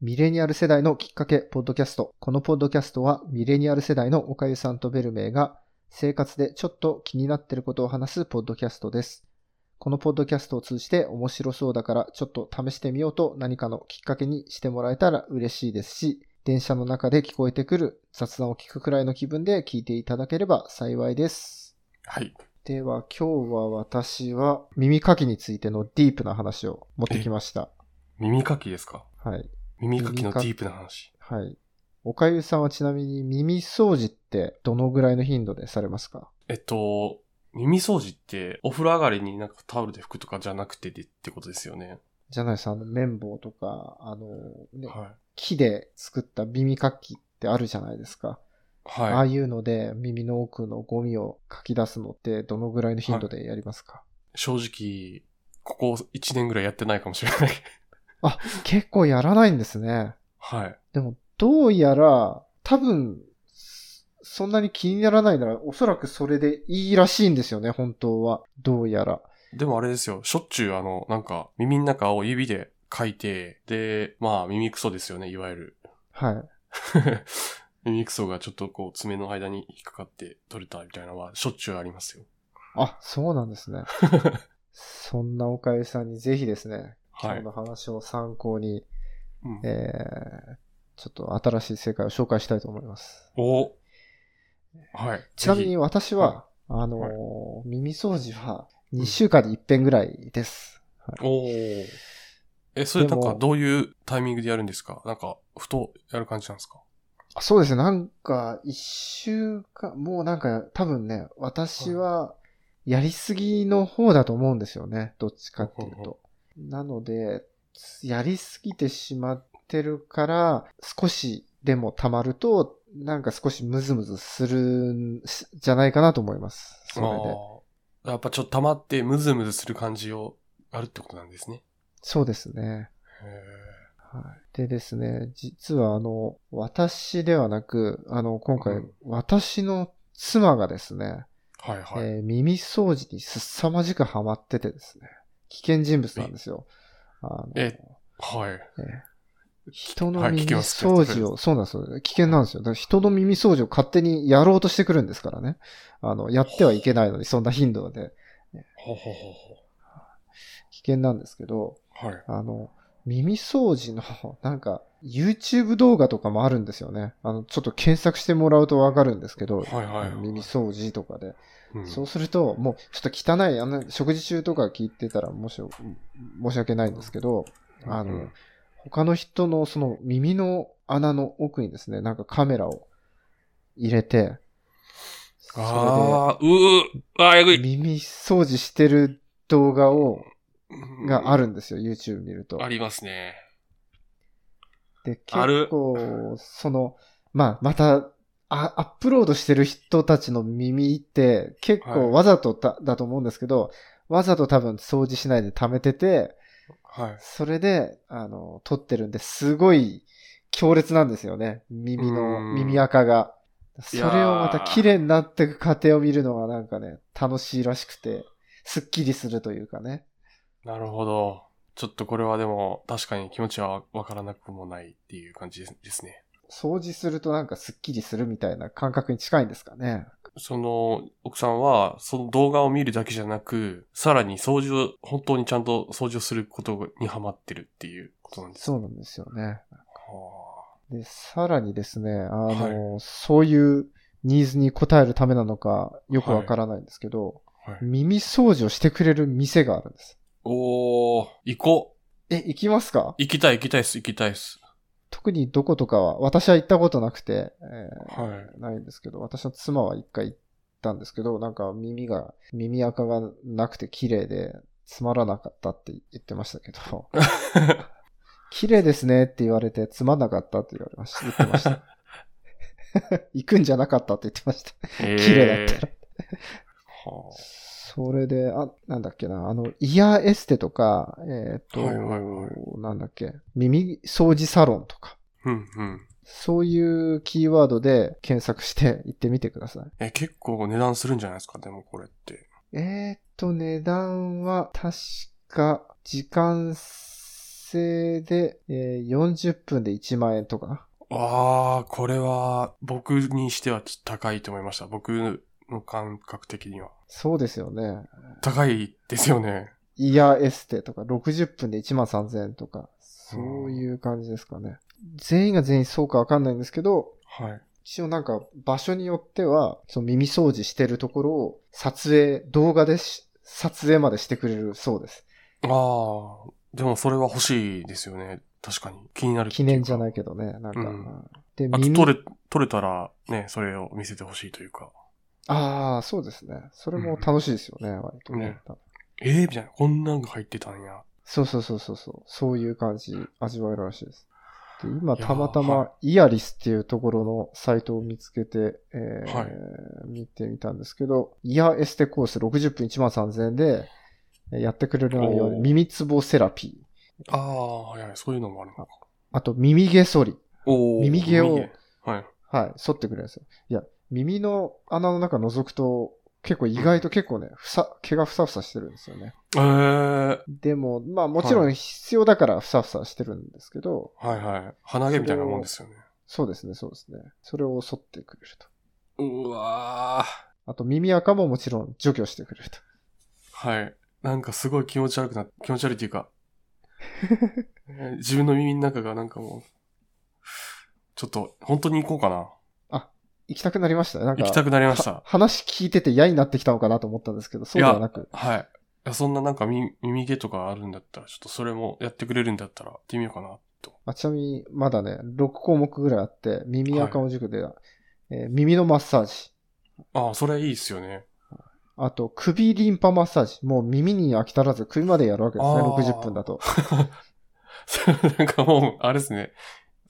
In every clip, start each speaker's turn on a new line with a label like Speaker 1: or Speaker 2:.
Speaker 1: ミレニアル世代のきっかけ、ポッドキャスト。このポッドキャストは、ミレニアル世代のおかゆさんとベルメイが、生活でちょっと気になってることを話すポッドキャストです。このポッドキャストを通じて面白そうだから、ちょっと試してみようと何かのきっかけにしてもらえたら嬉しいですし、電車の中で聞こえてくる雑談を聞くくらいの気分で聞いていただければ幸いです。
Speaker 2: はい。
Speaker 1: では、今日は私は耳かきについてのディープな話を持ってきました。
Speaker 2: 耳かきですか
Speaker 1: はい。
Speaker 2: 耳かきの
Speaker 1: 耳か
Speaker 2: デ
Speaker 1: き
Speaker 2: ィープな話。
Speaker 1: はい。おかゆさんはちなみに耳掃除ってどのぐらいの頻度でされますか
Speaker 2: えっと、耳掃除って、お風呂上がりになんかタオルで拭くとかじゃなくてでってことですよね。
Speaker 1: じゃないさんの綿棒とか、あの、ね、
Speaker 2: は
Speaker 1: 木で作った耳かきってあるじゃないですか。
Speaker 2: い。
Speaker 1: ああ
Speaker 2: はい。
Speaker 1: いうので耳の奥のゴミをかき出すのってどのぐらいの頻度でやりますか、
Speaker 2: 正直、ここ1年ぐらいやってないかもしれない。
Speaker 1: 結構やらないんですね。
Speaker 2: はい。
Speaker 1: でも、どうやら、多分、そんなに気にならないなら、おそらくそれでいいらしいんですよね、本当は。どうやら。
Speaker 2: でもあれですよ、しょっちゅうあの、なんか、耳の中を指で書いて、で、まあ、耳クソですよね、いわゆる。
Speaker 1: はい。
Speaker 2: 耳クソがちょっとこう、爪の間に引っかかって取れたみたいなのは、しょっちゅうありますよ。
Speaker 1: あ、そうなんです ね。そんなおかゆさんにぜひですね、今
Speaker 2: は
Speaker 1: 日
Speaker 2: い。
Speaker 1: の話を参考に、
Speaker 2: うん
Speaker 1: えー、ちょっと新しい世界を紹介したいと思います。
Speaker 2: おはい。
Speaker 1: ちなみ
Speaker 2: ぜ
Speaker 1: に
Speaker 2: ひ、
Speaker 1: 私は、あのー
Speaker 2: はい
Speaker 1: 耳掃除は2週間に一遍ぐらいです。はい
Speaker 2: おーえ、それなん
Speaker 1: で
Speaker 2: か
Speaker 1: も
Speaker 2: どういうタイミングでやるんですかなんか、ふとやる感じなんですか
Speaker 1: あそうですね、なんか1週間、もうなんか多分ね、私はやりすぎの方だと思うんですよね、どっちかっていう
Speaker 2: ほうほ
Speaker 1: と。なので、やりすぎてしまってるから、少しでも溜まると、なんか少しムズムズするんしじゃないかなと思います。それで。
Speaker 2: あーやっぱちょっと溜まってムズムズする感じをあるってことなんですね。
Speaker 1: そうですね。
Speaker 2: へ
Speaker 1: はい、でですね、実はあの、私ではなく、あの、今
Speaker 2: う
Speaker 1: 回
Speaker 2: ん、
Speaker 1: 私の妻がですね、
Speaker 2: ーはいはい。
Speaker 1: えー耳掃除に凄まじくハマっててですね、危険人物なんですよ。あの
Speaker 2: えはい。
Speaker 1: えー人の
Speaker 2: はい
Speaker 1: 耳
Speaker 2: 聞きます
Speaker 1: 掃除を、
Speaker 2: 聞
Speaker 1: そうなんですよ。危険なんですよ。だから人の耳掃除を勝手にやろうとしてくるんですからね。あの、やってはいけないのに、そんな頻度で
Speaker 2: ほうほうほうほ
Speaker 1: 危険なんですけど、
Speaker 2: う。はい。
Speaker 1: あの、耳掃除の、なんか、YouTube 動画とかもあるんですよね。あの、ちょっと検索してもらうとわかるんですけど、
Speaker 2: はいはい。
Speaker 1: 耳掃除とかで。
Speaker 2: うん
Speaker 1: そうすると、もう、ちょっと汚い、あの、食事中とか聞いてたら、もし、申し訳ないんですけど、あの、
Speaker 2: うん
Speaker 1: 他の人のその耳の穴の奥にですね、なんかカメラを入れて、そ
Speaker 2: ああ、うー、あー、えぐ
Speaker 1: れで
Speaker 2: い。
Speaker 1: 耳掃除してる動画を、があ
Speaker 2: る。
Speaker 1: るんですよ、YouTube 見ると。
Speaker 2: ありますね。
Speaker 1: で、
Speaker 2: ある
Speaker 1: 結構、その、まあ、また、あアップロードしてる人たちの耳って、結
Speaker 2: はい
Speaker 1: 構わざとだ,、だと思うんですけど、わざと多分掃除しないで溜めてて、
Speaker 2: はい。
Speaker 1: それで、あの、撮ってるんで、すごい強烈なんですよね。耳の、
Speaker 2: うん
Speaker 1: 耳垢が。そ
Speaker 2: い
Speaker 1: れ
Speaker 2: やー
Speaker 1: をまた綺麗になっていく過程を見るのがなんかね、楽しいらしくて、スッキリするというかね。
Speaker 2: なるほど。ちょっとこれはでも、確かに気持ちはわからなくもないっていう感じですですね。
Speaker 1: 掃除するとなんかスッキリするみたいな感覚に近いんですかね。
Speaker 2: その、奥さんは、その動画を見るだけじゃなく、さらに掃除を、本当にちゃんと掃除をすることにハマってるっていうことなんです
Speaker 1: そうなんですよね。
Speaker 2: か。
Speaker 1: で、さらにですね、あの、そういうニーズに応えるためなのか、よくわからないんですけど、
Speaker 2: はい。
Speaker 1: 耳掃除をしてくれる店があるんです。
Speaker 2: おー、行こう。
Speaker 1: え、行きますか
Speaker 2: 行きたい、行きたいっす、行きたいっす。
Speaker 1: 特にどことかは、私は行ったことなくて、えー
Speaker 2: は
Speaker 1: ないんですけど、私の妻は一回行ったんですけど、なんか耳が、耳垢がなくて綺麗で、つまらなかったって言ってましたけ ど、綺麗ですねって言われて、つまんなかったって言われました。言ってま した。行くんじゃなかったって言ってました。
Speaker 2: い。えー
Speaker 1: 綺麗だったら。
Speaker 2: は
Speaker 1: それで、あ、なんだっけな、あの、イヤーエステとか、えっ、と、
Speaker 2: はいはいは
Speaker 1: なんだっけ、耳掃除サロンとか、
Speaker 2: あうんうん。
Speaker 1: そういうキーワードで検索して行ってみてください。
Speaker 2: え、結構値段するんじゃないですか、でもこれって。
Speaker 1: えっ、と、値段は確か時間生で、えー40分で1万円とか。
Speaker 2: ああ、これは僕にしてはちょっと高いと思いました。僕の感覚的には。
Speaker 1: そうですよね。
Speaker 2: 高いですよね。
Speaker 1: イヤーエステとか60分で1万3000円とか、そういう感じですかね。全員が全員そうかわかんないんですけど、
Speaker 2: はい。
Speaker 1: 一応なんか場所によっては、その耳掃除してるところを撮影、動画でし撮影までしてくれるそうです。
Speaker 2: ああ、でもそれは欲しいですよね。確かに。気になる
Speaker 1: 記念じゃないいけどね、なんか。
Speaker 2: うん
Speaker 1: で、
Speaker 2: うか。あと
Speaker 1: 耳、
Speaker 2: 取れ、取れたらね、それを見せてほしいというか。
Speaker 1: ああ、そうですね。それも楽しいですよね、割とね
Speaker 2: ね。ええー、みたいな。こんなんが入ってたんや。
Speaker 1: そうそうそうそうそう。そういう感じ、味わえるらしいです。で今、
Speaker 2: いやー
Speaker 1: たまた
Speaker 2: は
Speaker 1: ま、イアリスっていうところのサイトを見つけて、えー
Speaker 2: はい
Speaker 1: 見てみたんですけど、イヤーエステコース60分1万3000円で、えーやってくれる内容で、
Speaker 2: おー
Speaker 1: 耳つぼセラピー、
Speaker 2: ああ、はいはい。そういうのもあるのか。
Speaker 1: あと耳毛剃り、
Speaker 2: おー
Speaker 1: 耳毛を
Speaker 2: 耳毛はい。
Speaker 1: はい、剃ってくれるんですよ。いや、耳の穴の中覗くと、結構意外と結構ね、ふさ、毛がふさふさしてるんですよね。
Speaker 2: ええー、
Speaker 1: でも、まあもちろん必要だからふさふさしてるんですけど、
Speaker 2: はいはい。鼻毛みたいなもんですよね。
Speaker 1: そうですね、そうですね。それを剃ってくれると。
Speaker 2: うわー。
Speaker 1: あと耳垢ももちろん除去してくれると。
Speaker 2: はい。なんかすごい気持ち悪くなって、気持ち悪いっていうか、 えー自分の耳の中がなんかもう、ちょっと、本当に行こうかな。
Speaker 1: 行きたくなりましたね。なんか、
Speaker 2: 行きたくなりまし
Speaker 1: は
Speaker 2: た。
Speaker 1: 話聞いてて嫌になってきたのかなと思ったんですけど、そうではなく。
Speaker 2: はい。いやそんななんか耳耳毛とかあるんだったら、ちょっとそれもやってくれるんだったら、行ってみようかな、と。
Speaker 1: あちなみに、まだね、6項目ぐらいあって、耳垢の塾で、えー耳のマッサージ。
Speaker 2: ああ、それいいっすよね。
Speaker 1: あと、首リンパマッサージ。もう耳に飽き足らず首までやるわけですね。
Speaker 2: あー
Speaker 1: 60分だと。
Speaker 2: それなんかもう、あれですね。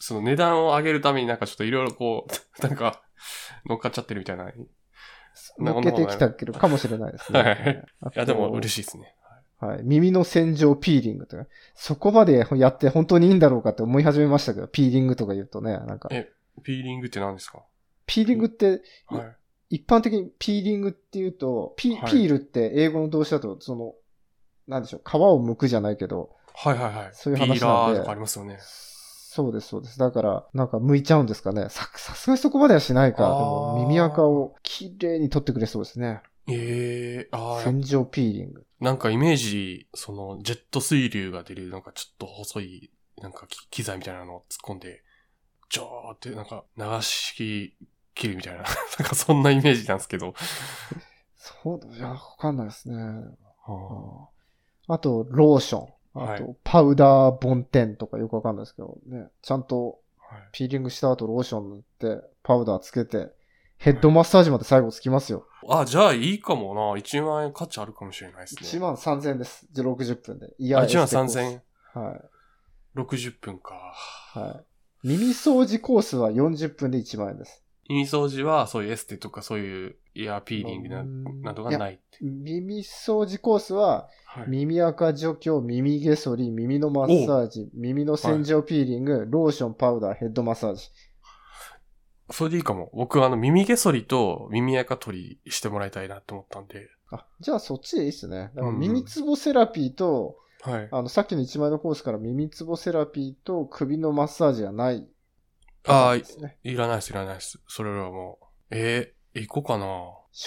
Speaker 2: その値段を上げるためになんかちょっといろいろこう、 なんか、乗っかっちゃってるみたいな。い
Speaker 1: 抜けてきたけど、かもしれないですね。
Speaker 2: はい
Speaker 1: あと
Speaker 2: や、でも嬉しいですね。
Speaker 1: はい。耳の洗浄ピーリングとか、そこまでやって本当にいいんだろうかって思い始めましたけど、ピーリングとか言うとね、なんか、
Speaker 2: えピーリングって何ですか
Speaker 1: ピーリングって、
Speaker 2: はい。
Speaker 1: 一般的にピーリングっていうと、ピ
Speaker 2: はい
Speaker 1: ピールって英語の動詞だと、その、なんでしょう、皮を剥くじゃないけど、
Speaker 2: はいはいはい。
Speaker 1: そういう話なんで
Speaker 2: ピーラーとかありますよね。
Speaker 1: そうです、そうです。だから、なんか剥いちゃうんですかね。さ、さすがにそこまではしないか。で
Speaker 2: あー
Speaker 1: も、耳垢をきれいに取ってくれそうですね。
Speaker 2: ええああ、
Speaker 1: 洗浄ピーリング。
Speaker 2: なんかイメージ、その、ジェット水流が出る、なんかちょっと細い、なんかき機材みたいなのを突っ込んで、ジョーってなんか流し切るみたいな、なん かそんなイメージなんですけど。
Speaker 1: そうだ、いや、わかんないですね。
Speaker 2: は
Speaker 1: あと、ローション。あ
Speaker 2: はい
Speaker 1: と、パウダーボンテンとかよくわかんないですけどね。ちゃんと
Speaker 2: あはい
Speaker 1: ピーリングした後ローション塗って、パウダーつけて、ヘッドマッサージまで最後つきますよ。
Speaker 2: あ、じゃあいいかもな。1万円価値あるかもしれないですね。
Speaker 1: 1万3000円です。じゃあ60分で。い
Speaker 2: あ
Speaker 1: や、
Speaker 2: 1万
Speaker 1: エステコース
Speaker 2: 3000円。
Speaker 1: は
Speaker 2: 60分か。
Speaker 1: い。はい。耳掃除コースは40分で1万円です。
Speaker 2: 耳掃除は、そういうエステとかそういうエアピーリングな
Speaker 1: うん
Speaker 2: などがないって。
Speaker 1: 耳掃除コースは、
Speaker 2: はい。
Speaker 1: 耳垢除去、耳毛剃り、耳のマッサージ、耳の洗浄ピーリング、ローション、パウダー、ヘッドマッサージ。
Speaker 2: それでいいかも。僕、あの、耳毛剃りと耳垢取りしてもらいたいなと思ったんで。
Speaker 1: あ、じゃあそっちでいいっすね。だから
Speaker 2: うん
Speaker 1: 耳つぼセラピーと、
Speaker 2: はい。
Speaker 1: あの、さっきの1枚のコースから耳つぼセラピーと首のマッサージはない。
Speaker 2: ああ、い
Speaker 1: ですね。
Speaker 2: いらないです、いらないです。それはもう。えー、行こうかな。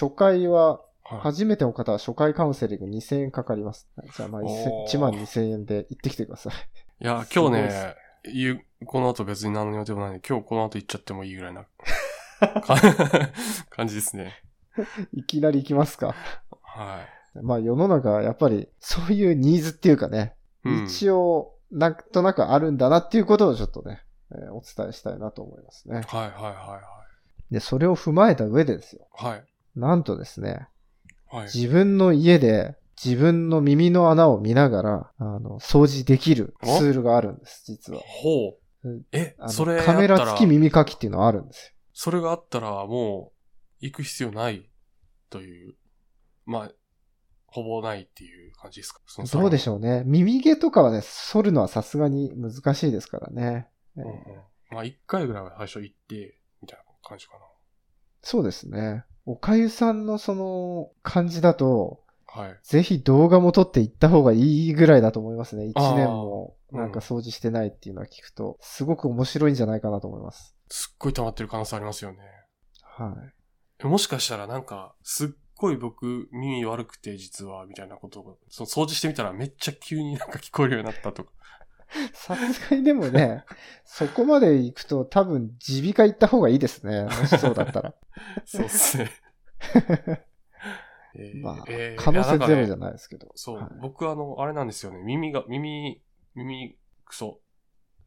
Speaker 1: 初回は、
Speaker 2: はい。
Speaker 1: 初めての方は初回カウンセリング2000円かかります。はいじゃあ、まあ、
Speaker 2: おー
Speaker 1: 1万2000円で行ってきてください。
Speaker 2: いや、
Speaker 1: す
Speaker 2: 今
Speaker 1: ご
Speaker 2: 日
Speaker 1: いっす
Speaker 2: ね、ゆこの後別に何の予定もないんで、今日この後行っちゃってもいいぐらい なか感じですね。
Speaker 1: いきなり行きますか。
Speaker 2: は
Speaker 1: まあ、世の中はやっぱり、そういうニーズっていうかね、
Speaker 2: い。うん、
Speaker 1: 一応、なんとなくあるんだなっていうことをちょっとね、えーお伝えしたいなと思いますね。
Speaker 2: はいはいは
Speaker 1: で、それを踏まえた上でですよ。
Speaker 2: いはい。はい。
Speaker 1: なんとですね、
Speaker 2: はい。
Speaker 1: 自分の家で自分の耳の穴を見ながら、あの、掃除できるツールがあるんです、実は。
Speaker 2: ほう。え
Speaker 1: あ、の
Speaker 2: それやっ
Speaker 1: カ
Speaker 2: たら、
Speaker 1: メラ付き耳かきっていうのはあるんですよ。
Speaker 2: それがあったらもう行く必要ないという、まあ、ほぼないっていう感じですかその
Speaker 1: どうでしょうね。耳毛とかはね、剃るのはさすがに難しいですからね。えー
Speaker 2: うんうんまあ一回ぐらいは最初行って、みたいな感じか
Speaker 1: そうですね。おかゆさんのその感じだと、
Speaker 2: はい。
Speaker 1: ぜひ動画も撮っていった方がいいぐらいだと思いますね。
Speaker 2: あー
Speaker 1: 1年も
Speaker 2: うん
Speaker 1: なんか掃除してないっていうのは聞くと、すごく面白いんじゃないかなと思います。
Speaker 2: すっごい溜まってる可能性ありますよね。
Speaker 1: はい。
Speaker 2: えもしかしたらなんか、すっごい僕耳悪くて実は、みたいなことを、そう掃除してみたらめっちゃ急になんか聞こえるようになった とか。
Speaker 1: さすがにでも ね、そこまで行くと多分耳鼻科行った方がいいですね。もしそうだった ら。
Speaker 2: そうっすね。えー
Speaker 1: まあ
Speaker 2: え、ー
Speaker 1: 可能性ゼロ
Speaker 2: いやなん
Speaker 1: じ
Speaker 2: か
Speaker 1: ゃ
Speaker 2: ね
Speaker 1: ないですけど。
Speaker 2: そう、
Speaker 1: はい
Speaker 2: 僕あの、あれなんですよね。耳が、耳、耳クソ。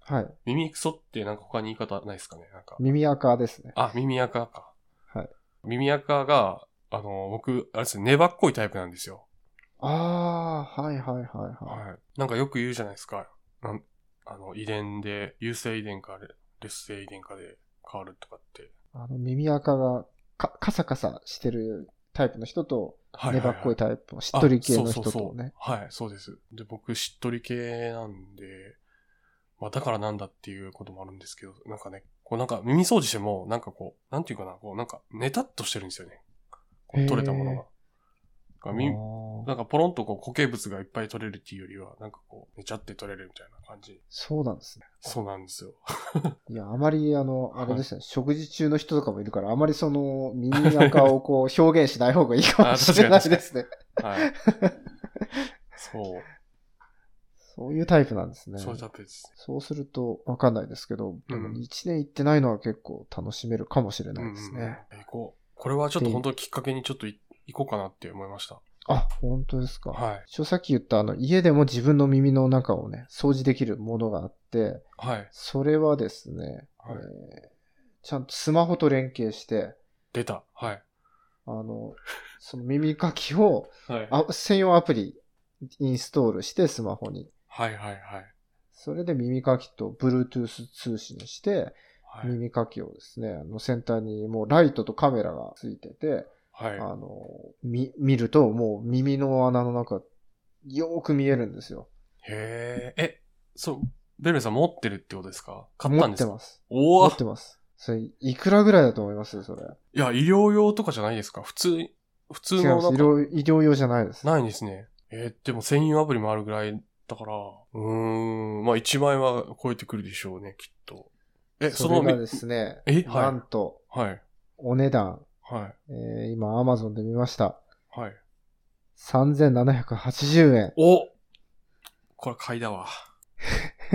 Speaker 1: はい。
Speaker 2: 耳クソってなんか他に言い方ないですかねなんか。
Speaker 1: 耳垢ですね。
Speaker 2: あ、耳垢か。
Speaker 1: はい。
Speaker 2: 耳垢が、あの、僕、あれですね、粘っこいタイプなんですよ。
Speaker 1: ああ、はいはいはいはい。
Speaker 2: はい。なんかよく言うじゃないですか。なんあの、遺伝で、優性遺伝かレ、劣性遺伝かで変わるとかって。
Speaker 1: あの耳垢がかカサカサしてるタイプの人と、
Speaker 2: は
Speaker 1: 粘っこい
Speaker 2: イ
Speaker 1: タイプのしっとり系の人
Speaker 2: そう
Speaker 1: と
Speaker 2: そうそう
Speaker 1: ね。
Speaker 2: はい、そうです。で、僕、しっとり系なんで、まあ、だからなんだっていうこともあるんですけど、なんかね、こうなんか耳掃除しても、なんかこう、なんていうかな、こうなんか、ネタっとしてるんですよね。こう取れたもの
Speaker 1: へ
Speaker 2: が。
Speaker 1: ー
Speaker 2: だから耳
Speaker 1: あー
Speaker 2: なんかポロンとこう固形物がいっぱい取れるっていうよりは、なんかこう、寝ちゃって取れるみたいな感じ。
Speaker 1: そうなんですね。
Speaker 2: そうなんですよ。
Speaker 1: いや、あまり、あの、
Speaker 2: は
Speaker 1: あ
Speaker 2: い
Speaker 1: れですね、食事中の人とかもいるから、あまりその、耳垢をこう、表現しない方がいいかもしれないですね。
Speaker 2: はい。そう。
Speaker 1: そういうタイプなんですね。
Speaker 2: そういうタイプですね。
Speaker 1: そうすると、わかんないですけど、でも
Speaker 2: うん
Speaker 1: 一年行ってないのは結構楽しめるかもしれないです
Speaker 2: うんうん
Speaker 1: ね。
Speaker 2: えこう。これはちょっと本当にきっかけにちょっとい行こうかなって思いました。
Speaker 1: あ、本当ですか。
Speaker 2: はい。
Speaker 1: 一応さっき言った、あの、家でも自分の耳の中をね、掃除できるものがあって、
Speaker 2: はい。
Speaker 1: それはですね、
Speaker 2: はい
Speaker 1: えーちゃんとスマホと連携して、
Speaker 2: 出た。はい。
Speaker 1: あの、その耳かきを、
Speaker 2: はい。
Speaker 1: あ専用アプリインストールしてスマホに。
Speaker 2: はいはいはい。
Speaker 1: それで耳かきと Bluetooth 通信して、
Speaker 2: はい。
Speaker 1: 耳かきをですね、あの先端にもうライトとカメラがついてて、
Speaker 2: はい。
Speaker 1: あの、み、見るともう耳の穴の中、よーく見えるんですよ。
Speaker 2: へえ。え、そう、ベルメさん持ってるってことですか買った
Speaker 1: 持
Speaker 2: ん
Speaker 1: っ
Speaker 2: で
Speaker 1: て
Speaker 2: すか
Speaker 1: ます。
Speaker 2: お
Speaker 1: 持
Speaker 2: おい
Speaker 1: ってます。それ、いくらぐらいだと思いますそれ。
Speaker 2: や、医療用とかじゃないですか普通、普通
Speaker 1: 違いま
Speaker 2: のな
Speaker 1: す。
Speaker 2: ん
Speaker 1: 医
Speaker 2: か
Speaker 1: 療、医療用じゃないです。
Speaker 2: ないですね。えーでも専用アプリもあるぐらいだから、うーん、まあ1万円は超えてくるでしょうね、きっと。え、
Speaker 1: そ
Speaker 2: その
Speaker 1: れ
Speaker 2: み、
Speaker 1: がですね、
Speaker 2: えはい
Speaker 1: なんと、
Speaker 2: はい、
Speaker 1: お値段、
Speaker 2: はい、
Speaker 1: えー今 Amazon で見ました。
Speaker 2: はい。
Speaker 1: 3780円。
Speaker 2: おこれ買いだわ。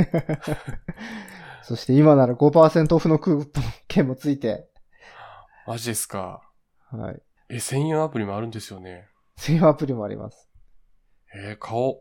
Speaker 1: そして今なら5%オフのクーポン券もついて、
Speaker 2: マジですか。
Speaker 1: はい。
Speaker 2: え、専用アプリもあるんですよね。
Speaker 1: 専用アプリもあります。
Speaker 2: えー、買おう。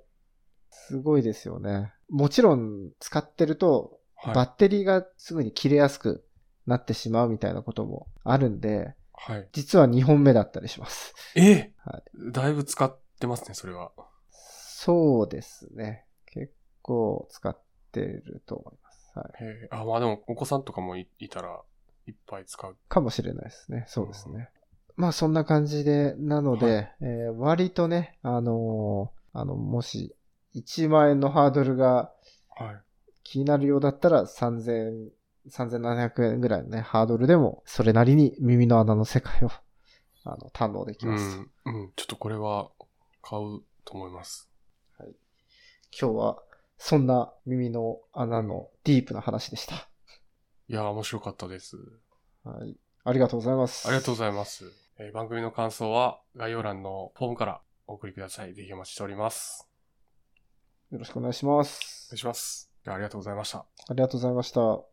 Speaker 1: すごいですよね。もちろん使ってると、
Speaker 2: はい。
Speaker 1: バッテリーがすぐに切れやすくなってしまうみたいなこともあるんで、
Speaker 2: はい。
Speaker 1: 実は2本目だったりします。
Speaker 2: え、
Speaker 1: は
Speaker 2: だいぶ使ってますね、それは。
Speaker 1: そうですね。結構使ってると思います。はい。
Speaker 2: えー、あ、まあでも、お子さんとかもいいたら、いっぱい使う。
Speaker 1: かもしれないですね。そうですね。まあそんな感じで、なので、
Speaker 2: は
Speaker 1: えー割とね、あのーあの、もし1万円のハードルが
Speaker 2: はい。
Speaker 1: 気になるようだったら3000、3700円ぐらいのね、ハードルでも、それなりに耳の穴の世界を、 あの、堪能でき
Speaker 2: う
Speaker 1: ます。
Speaker 2: ん、うん、ちょっとこれは、買うと思います。
Speaker 1: 今日は、そんな耳の穴のディープな話でした。
Speaker 2: いやー、面白かったです。
Speaker 1: はい。ありがとうございます。
Speaker 2: ありがとうございます。えー番組の感想は概要欄のフォームからお送りください。ぜひお待ちしております。
Speaker 1: よろしくお願いしま
Speaker 2: お願
Speaker 1: す
Speaker 2: い。します。じゃあありがとうございました。
Speaker 1: ありがとうございました。